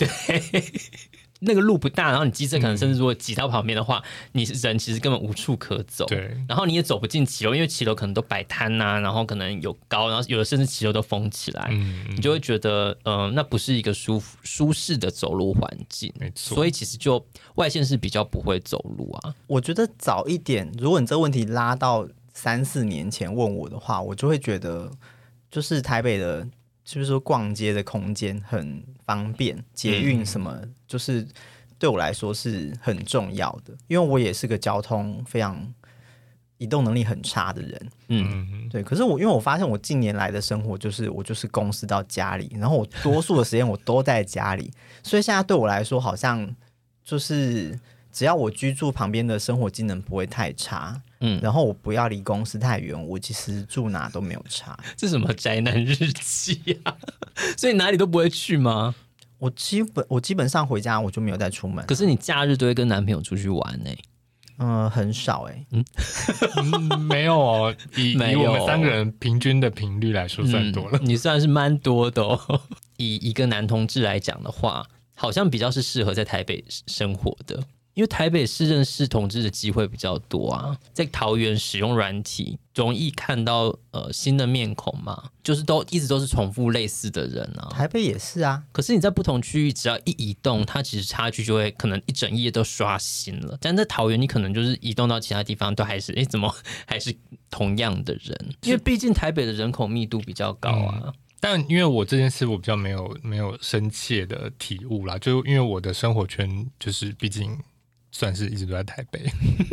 那个路不大，然后你机车嗯可能甚至如果挤到旁边的话，你人其实根本无处可走，对然后你也走不进骑楼，因为骑楼可能都摆摊呐，然后可能有高，然后有的甚至骑楼都封起来，嗯，嗯你就会觉得，嗯、那不是一个舒服舒适的走路环境，没错所以其实就外线是比较不会走路啊，我觉得早一点，如果你这个问题拉到三四年前问我的话，我就会觉得，就是台北的，就是说逛街的空间很方便，捷运什么，就是对我来说是很重要的，因为我也是个交通非常移动能力很差的人。嗯，嗯，对，可是我因为我发现我近年来的生活就是我就是公司到家里，然后我多数的时间我都在家里，所以现在对我来说好像就是只要我居住旁边的生活机能不会太差，嗯嗯，然后我不要离公司太远，我其实住哪都没有差，这什么宅男日记啊？ <laughs> 所以哪里都不会去吗？我基本我基本上回家我就没有再出门，可是你假日都会跟男朋友出去玩欸呢、嗯、很少哎、嗯 <laughs> 没有哦，以没以有我们三个人平均的频率来说，算多了。 <laughs> 嗯你算是蛮多的哦。 <laughs> 以一个男同志来讲的话，好像比较是适合在台北生活的，因为台北市认识同志的机会比较多啊。在桃园使用软体，容易看到呃新的面孔嘛，就是都一直都是重复类似的人啊。台北也是啊，可是你在不同区域，只要一移动，它其实差距就会可能一整页都刷新了。但在桃园，你可能就是移动到其他地方，都还是哎、诶怎么还是同样的人？因为毕竟台北的人口密度比较高啊。但因为我这件事，我比较没有没有深切的体悟啦，就因为我的生活圈就是毕竟算是一直都在台北。 <laughs>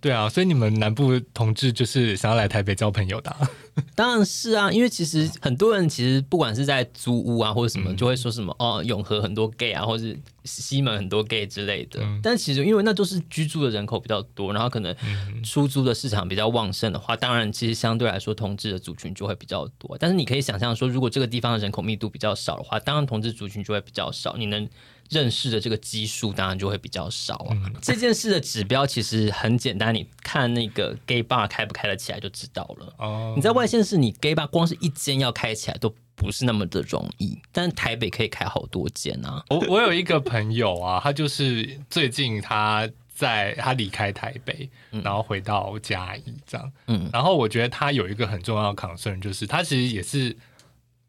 对啊，所以你们南部同志就是想要来台北交朋友的啊、 <laughs> 当然是啊，因为其实很多人其实不管是在租屋啊或者什么，就会说什么、哦，永和很多 gay 啊，或是西门很多 gay 之类的。但其实因为那就是居住的人口比较多，然后可能出租的市场比较旺盛的话，当然其实相对来说同志的族群就会比较多。但是你可以想象说，如果这个地方的人口密度比较少的话，当然同志族群就会比较少，你能。认识的这个基数当然就会比较少啊。这件事的指标其实很简单，你看那个 gay bar 开不开得起来就知道了。哦你在外县市，你 gay 吧，光是一间要开起来都不是那么的容易，但台北可以开好多间啊。我我有一个朋友啊，他就是最近他在他离开台北，然后回到嘉义这样。嗯然后我觉得他有一个很重要的 concern，就是他其实也是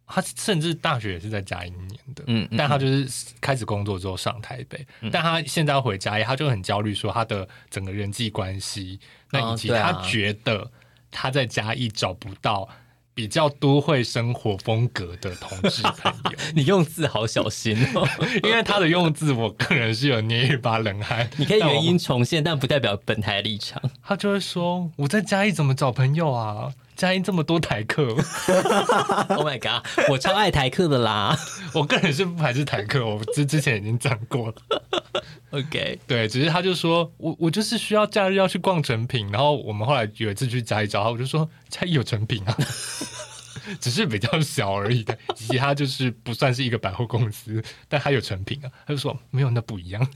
他甚至大学也是在嘉义念的，嗯嗯但他就是开始工作之后上台北，但他现在要回嘉义，他就很焦虑，说他的整个人际关系，那以及哦对啊他觉得他在嘉义找不到比较都会生活风格的同志朋友。 <laughs> <laughs> 你用字好小心 <laughs> 哦，因为他的用字，我个人是有捏一把冷汗。你可以但我原因，重现，但不代表本台立场。他就会说：“我在嘉义怎么找朋友啊？嘉义这么多台客， <laughs> Oh my god，我 <laughs> 超爱台客的啦。我个人是不排斥台客，我之之前已经讲过了。 OK，对，只是他就说我我就是需要假日要去逛成品，然后我们后来有一次去嘉义找他，我就说嘉义有成品啊。” <laughs> 只是比较小而已的，以及他就是不算是一个百货公司，但他有成品啊。他就说没有，那不一样。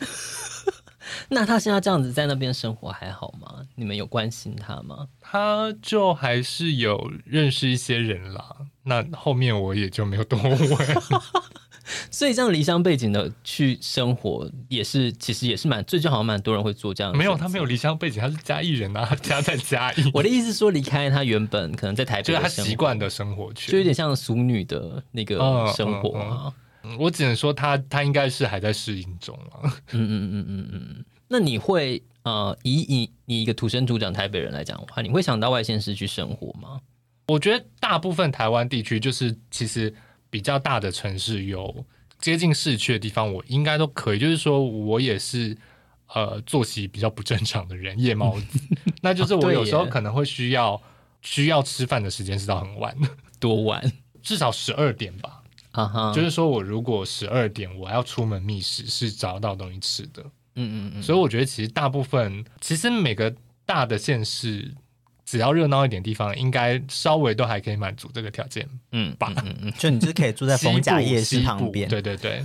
<laughs> 那他现在这样子在那边生活还好吗？你们有关心他吗？他就还是有认识一些人啦。那后面我也就没有多问。 <laughs> 所以这样离乡背景的去生活，也是其实也是蛮最近好像蛮多人会做这样的没有，选择他没有离乡背景，他是嘉义人啊，他家在嘉义，我的意思是说，离开他原本可能在台就北是他的生活，习惯的生活圈。就有点像俗女的那个嗯生活啊。嗯我只能说他他应该是还在适应中啊。嗯嗯嗯嗯嗯嗯。那你会呃，以你你一个土生土长台北人来讲的话，你会想到外县市去生活吗？我觉得大部分台湾地区就是其实比较大的城市有接近市区的地方，我应该都可以。就是说我也是呃作息比较不正常的人，夜猫子，那就是我对有时候耶可能会需要需要吃饭的时间是到很晚的，多晚嗯至少十二点吧。哈啊哈，就是说我如果十二点我要出门觅食，是找得到东西吃的。嗯嗯嗯，所以我觉得其实大部分，其实每个大的县市，只要热闹一点地方，应该稍微都还可以满足这个条件。嗯吧嗯嗯就你就是可以住在西部逢甲夜西市部旁边，对对对。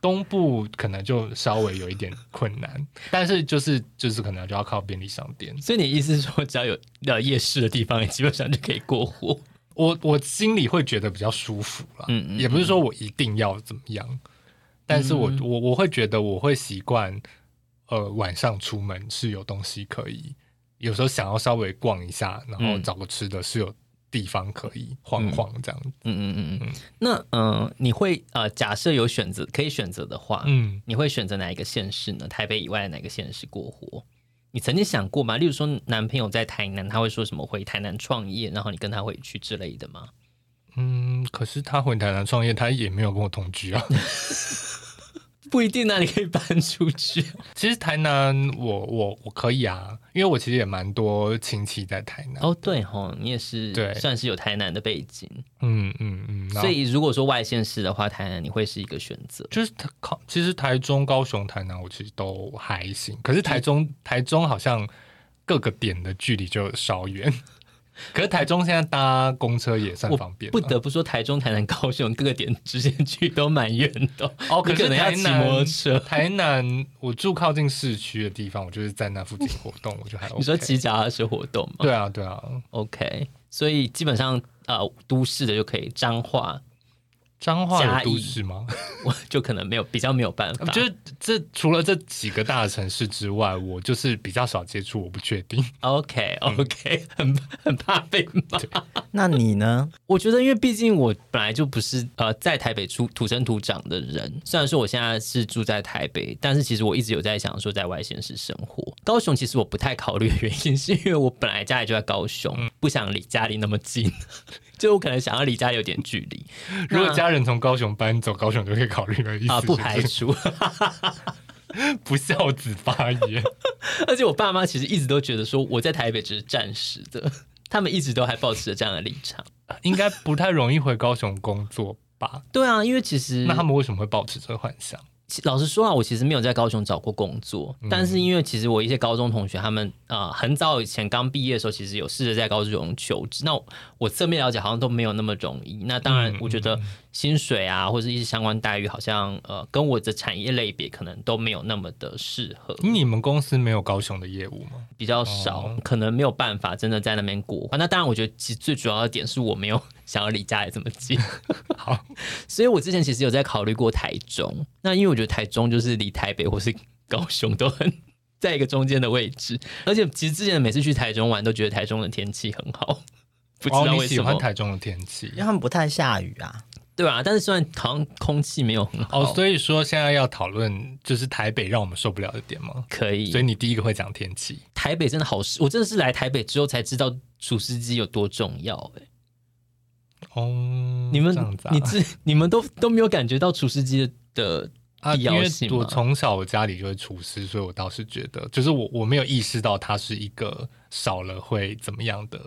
东部可能就稍微有一点困难，但是就是就是可能就要靠便利商店。所以你意思是说，只要有要有夜市的地方，你基本上就可以过活？我我心里会觉得比较舒服啦，嗯嗯也不是说我一定要怎么样，但是我、嗯我我会觉得我会习惯，呃，晚上出门是有东西可以，有时候想要稍微逛一下，然后嗯找个吃的是有地方可以晃晃这样，嗯嗯嗯嗯。那嗯、呃你会呃，假设有选择可以选择的话，嗯你会选择哪一个县市呢？台北以外的哪个县市过活？你曾经想过吗？例如说，男朋友在台南，他会说什么回台南创业，然后你跟他回去之类的吗？嗯，可是他回台南创业，他也没有跟我同居啊。不一定啊，你可以搬出去。啊其实台南我我我可以啊，因为我其实也蛮多亲戚在台南，哦，对吼，你也是对算是有台南的背景，嗯嗯嗯，然后所以如果说外县市的话，台南你会是一个选择。就是他靠，其实台中、高雄、台南我其实都还行，可是台中、台中好像各个点的距离就稍远。 <laughs> 可是台中现在搭公车也算我方便了，啊不得不说，台中、台南、高雄各个点之间距都蛮远的哦。你可是能要台骑摩托南车。台南我住靠近市区的地方，我就是在那附近活动，我就还 OK。 <laughs> 你说骑脚踏车活动吗对啊对啊， ？OK，所以基本上呃，都市的就可以彰化， <laughs> 彰化有嘉都义市吗？我就可能没有比较没有办法。就是这除了这几个大城市之外，我就是比较少接触，我不确定。 OK 嗯 OK，、很 <laughs> 很怕被骂。那你呢？我觉得，因为毕竟我本来就不是呃在台北出土生土长的人，虽然说我现在是住在台北，但是其实我一直有在想说在外县市生活。高雄其实我不太考虑的原因，是因为我本来家里就在高雄，嗯不想离家里那么近， <laughs> 就我可能想要离家里有点距离如果那家人从高雄搬走，高雄就可以考虑了。意思嗯啊、不是排除。 <laughs> 不孝子发 <laughs> 言。而且我爸妈其实一直都觉得说我在台北只是暂时的，他们一直都还保持着这样的立场。应该不太容易回高雄工作吧？对啊，因为其实那他们为什么会保持这个幻想？其老实说啊，我其实没有在高雄找过工作，嗯但是因为其实我一些高中同学，他们呃很早以前刚毕业的时候，其实有试着在高雄求职。那我我侧面了解，好像都没有那么容易。那当然嗯，我觉得薪水啊，或者一些相关待遇，好像呃跟我的产业类别可能都没有那么的适合，你们公司没有高雄的业务吗？比较少哦，可能没有办法真的在那边过活。那当然，我觉得其实最主要的点是我没有想要离家里这么近。 <laughs> 好， <laughs> 所以我之前其实有在考虑过台中，那因为我觉得台中就是离台北或是高雄都很在一个中间的位置，而且其实之前每次去台中玩都觉得台中的天气很好， <laughs> 不知道哦、为你喜什么，欢台中的天气因为他们不太下雨啊。对啊？但是虽然好像空气没有很好，哦，所以说现在要讨论就是台北让我们受不了的点吗？可以所以你第一个会讲天气，台北真的好，我真的是来台北之后才知道厨师机有多重要、欸。哦，嗯你们、这样子啊你自 <laughs> 你们都都没有感觉到厨师机的啊，必因要为性吗我从小我家里就会厨师，所以我倒是觉得，就是我我没有意识到它是一个少了会怎么样的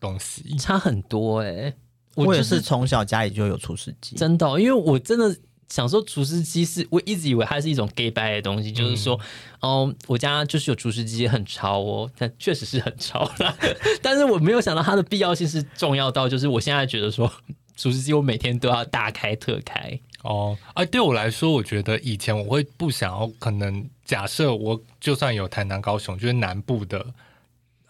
东西的。 <laughs> 差很多哎、欸我就也是从小家里就有除湿机，真的哦、因为我真的想说，厨师机是我一直以为它是一种 gay bye 的东西，就是说，嗯哦，我家就是有厨师机，很潮哦，但确实是很潮啦。 <laughs> 但是我没有想到它的必要性是重要到，就是我现在觉得说，厨师机我每天都要大开特开。哦，哎，对我来说，我觉得以前我会不想要，可能假设我就算有台南、高雄，就是南部的，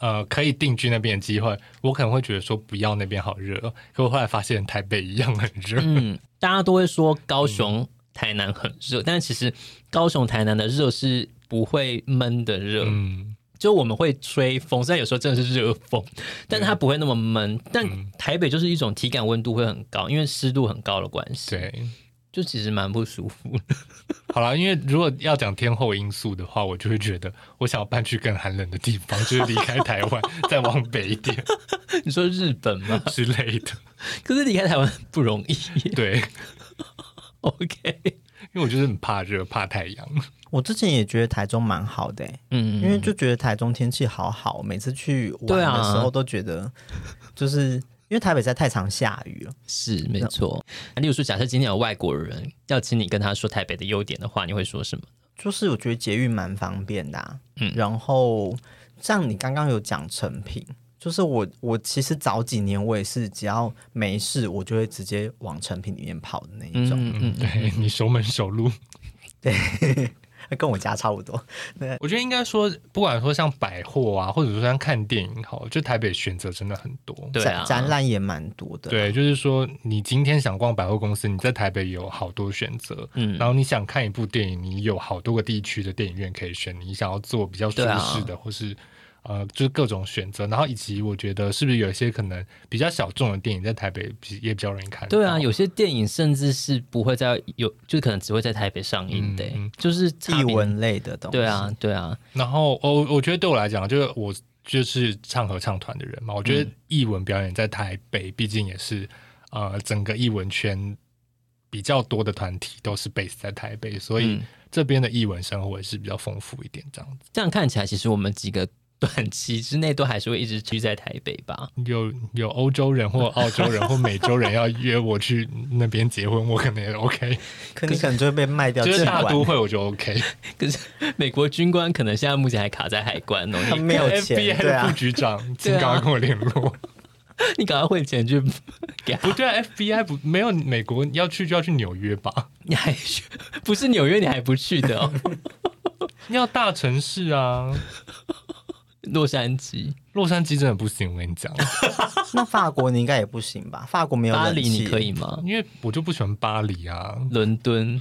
呃，可以定居那边的机会，我可能会觉得说不要那边好热哦。可我后来发现台北一样很热，嗯，大家都会说高雄、台南很热，但其实高雄、台南的热是不会闷的热，嗯，就我们会吹风，虽然有时候真的是热风，但它不会那么嗯闷。但台北就是一种体感温度会很高，因为湿度很高的关系，，对。就其实蛮不舒服的。好啦，因为如果要讲天后因素的话，我就会觉得我想要搬去更寒冷的地方，就是离开台湾，再往北一点你说日本 <laughs> 吗？之类 <laughs> 的。可是离开台湾不容 <laughs> 易。对， OK，因为我就是很怕热，怕太阳。我之前也觉得台中蛮好的、欸，嗯，因为就觉得台中天气好好，每次去玩对的啊时候都觉得，就是因为台北实在太常下雨了。是没错。那例如说，假设今天有外国人要请你跟他说台北的优点的话，你会说什么？就是我觉得捷运蛮方便的、啊，嗯然后像你刚刚有讲成品，就是我我其实早几年我也是只要没事我就会直接往成品里面跑的那一种，嗯 <laughs> 嗯，对你熟门熟路。哎跟我家差不多。我觉得应该说，不管说像百货啊，或者说像看电影，好，就台北选择真的很多。对啊，展展览也蛮多的，对，就是说你今天想逛百货公司，你在台北有好多选择。嗯然后你想看一部电影，你有好多个地区的电影院可以选，你想要做比较舒对啊适的，或是呃，就是各种选择。然后以及我觉得是不是有一些可能比较小众的电影，在台北比也比较容易看到。对啊，有些电影甚至是不会在有，就是可能只会在台北上映的、嗯嗯就是译差别文类的东西。对啊，对啊，然后我我觉得对我来讲，就是我就是唱合唱团的人嘛，我嗯觉得艺文表演在台北，毕竟也是呃整个艺文圈比较多的团体都是 base 在台北，所以嗯这边的艺文生活也是比较丰富一点这样子。这样看起来，其实我们几个短期之内都还是会一直居在台北吧？ <laughs> 有有欧洲人 <laughs> 或澳洲人或美洲人要约我去那边结婚，我可能也 OK，可你可能就会被卖掉就这是大款，都会我就 OK。可是美国军官可能现在目前还卡在海关哦， <laughs> 他你没有钱， FBI 对的啊副，局长，对请啊赶快跟我联络。 <laughs> 你赶快汇钱去 <laughs> 给不他。对啊，FBI 不没有美国要去就要去纽约吧？你还去不是纽约，你还不去的 <laughs> 哦，要大城市啊，洛杉矶、洛杉矶真的不行，我跟你讲， <laughs> 那法国你应该也不行吧？法国没有巴冷黎，气你可以吗？因为我就不喜欢巴黎啊，伦敦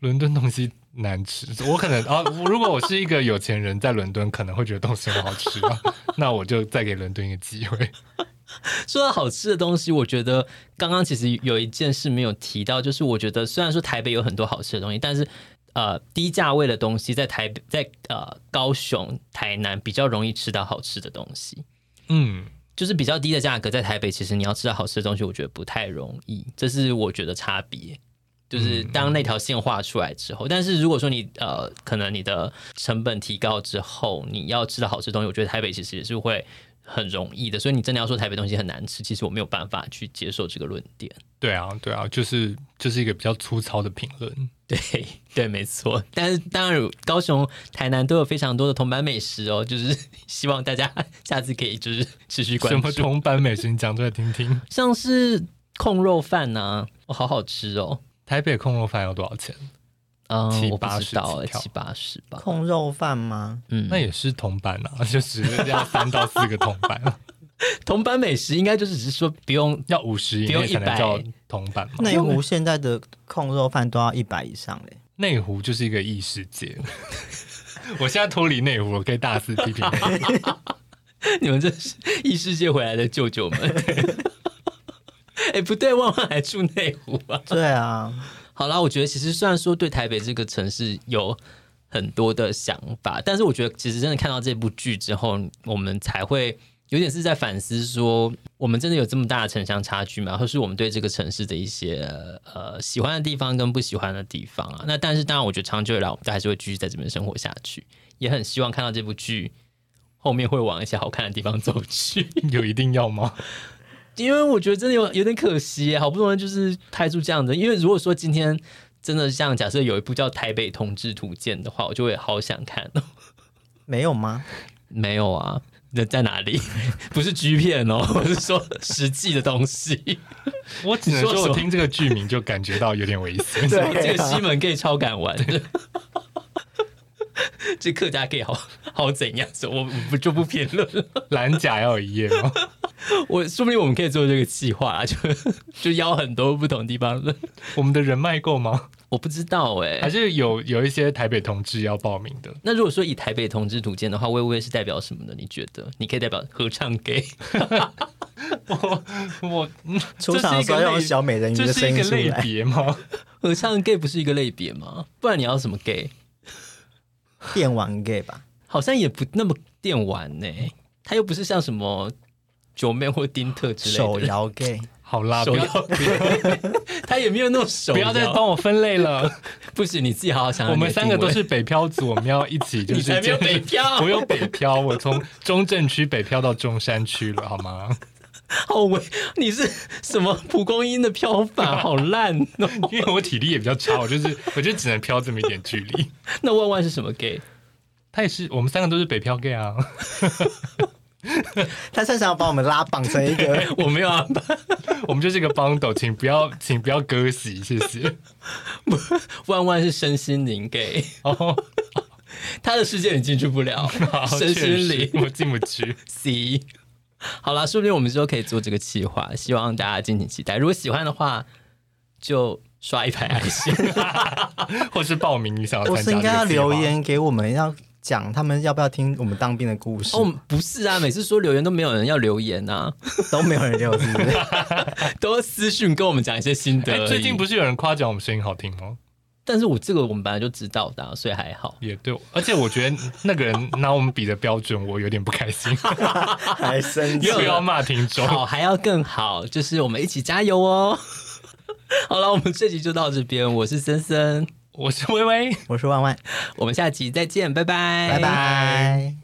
伦敦东西难吃。我可能啊，我如果我是一个有钱人，在伦敦可能会觉得东西很好吃啊，那我就再给伦敦一个机会。 <laughs> 说到好吃的东西，我觉得刚刚其实有一件事没有提到，就是我觉得虽然说台北有很多好吃的东西，但是呃低价位的东西在台北在呃高雄、台南比较容易吃到好吃的东西，嗯，就是比较低的价格在台北，其实你要吃到好吃的东西，我觉得不太容易，这是我觉得差别。就是嗯当那条线画出来之后，但是如果说你呃，可能你的成本提高之后，你要吃到好吃的东西，我觉得台北其实也是会很容易的。所以你真的要说台北东西很难吃，其实我没有办法去接受这个论点。对啊，对啊，就是就是一个比较粗糙的评论。对对，没错。但是当然，高雄、台南都有非常多的同版美食哦，就是 <laughs> 希望大家下次可以就是持续关什么注，铜板美食，你讲出来听听。 <laughs> 像是控肉饭呐、哦，好好吃哦。台北控肉饭要多少钱？嗯，七我不八知十道欸起跳七八十吧。控肉饭吗？嗯，那也是铜板啊， <laughs> 就是要三到四个铜板， <laughs> 同版美食应该就是只是说不用要五十以不用内才能100叫铜板嘛。内湖现在的控肉饭都要一百以上 <laughs> 嘞。内湖就是一个异世界。 <laughs> 我现在脱离内湖，我可以大肆批 <laughs> 评内湖。你们这是异世界回来的舅舅们。 <laughs> 哎、不对，旺旺还住内湖啊。对啊，好啦，我觉得其实虽然说对台北这个城市有很多的想法，但是我觉得其实真的看到这部剧之后，我们才会有点是在反思说，我们真的有这么大的城乡差距吗？或是我们对这个城市的一些呃喜欢的地方跟不喜欢的地方啊？那但是当然，我觉得长久以来我们都还是会继续在这边生活下去，也很希望看到这部剧。后面会往一些好看的地方走去，有一定要吗？因为我觉得真的有有点可惜耶，好不容易就是拍出这样的。因为如果说今天真的像假设有一部叫《台北同志图鉴》的话，我就会好想看。 <laughs> 没有吗？没有啊，那在哪里？ <laughs> 不是 G 片哦，我是说实际的东西。我只能你说说，什我么听这个剧名就感觉到有点危险。 <laughs> 对啊这个西门 gay 超敢玩的，这客家 gay 好好怎样？我我不就不评论了。蓝甲要有一夜吗？我说不定我们可以做这个计划啊，就就邀很多不同地方的。我们的人脉够吗？我不知道哎、还是有有一些台北同志要报名的？那如果说以台北同志图鉴的话，微微是代表什么呢？你觉得？你可以代表合唱 gay， <laughs> 我我嗯出场的时候要用小美人鱼这的是声一音个出类来。别吗？合唱 gay 不是一个类别吗？不然你要什么 gay？电玩 gay 吧，好像也不那么电玩呢、它又不是像什么九妹或丁特之类的，手摇 gay，好啦，手不摇要不它也没有那种手摇。要再帮我分类了。不行，你自己好好想。我们三 <laughs> 个都是，北漂族，我们要一起就是你才没有北漂 <laughs> 我有北漂，我从中正区北漂到中山区了，好吗？好为哦你是什么蒲公英的飘 <laughs> 法，好烂 <laughs> 哦！因为我体力也比较差，我就是我就只能飘这么一点距离。那万万是什么 gay？他也是，我们三个都是北漂 gay 啊，他甚至想要把我们拉绑成一个 <laughs> 我没有啊，我们就是一个 bundle，请不要，请不要割席，谢 <laughs> 谢。万万是身心灵 gay，哦， <laughs> 他的世界你进去不 <laughs> 了，身心确实灵我进不去。 C。好啦，说不定我们之后可以做这个企划，希望大家敬请期待。如果喜欢的话，就刷一排爱心。或是报名你想要我参是加，应该要留。言给我们，要讲他们要不要听我们当兵的故事，哦，不是 <laughs> 啊，每次说留言都没有人要留言啊，都没有人留，是不是？ <laughs> 都私讯跟我们讲一些心得而哎，已。最近不是有人夸奖我们声音好听吗？但是我这个我们本来就知道的啊、所以还好。也对，而且我觉得那个人拿我们比的标准，我有点不开心。还生气又要骂听众，好，还要更好，就是我们一起加油哦。 <laughs> 好了，我们这集就到这边，我是森森，我是微微。我是万万，哎我们下集再见，拜拜，拜拜。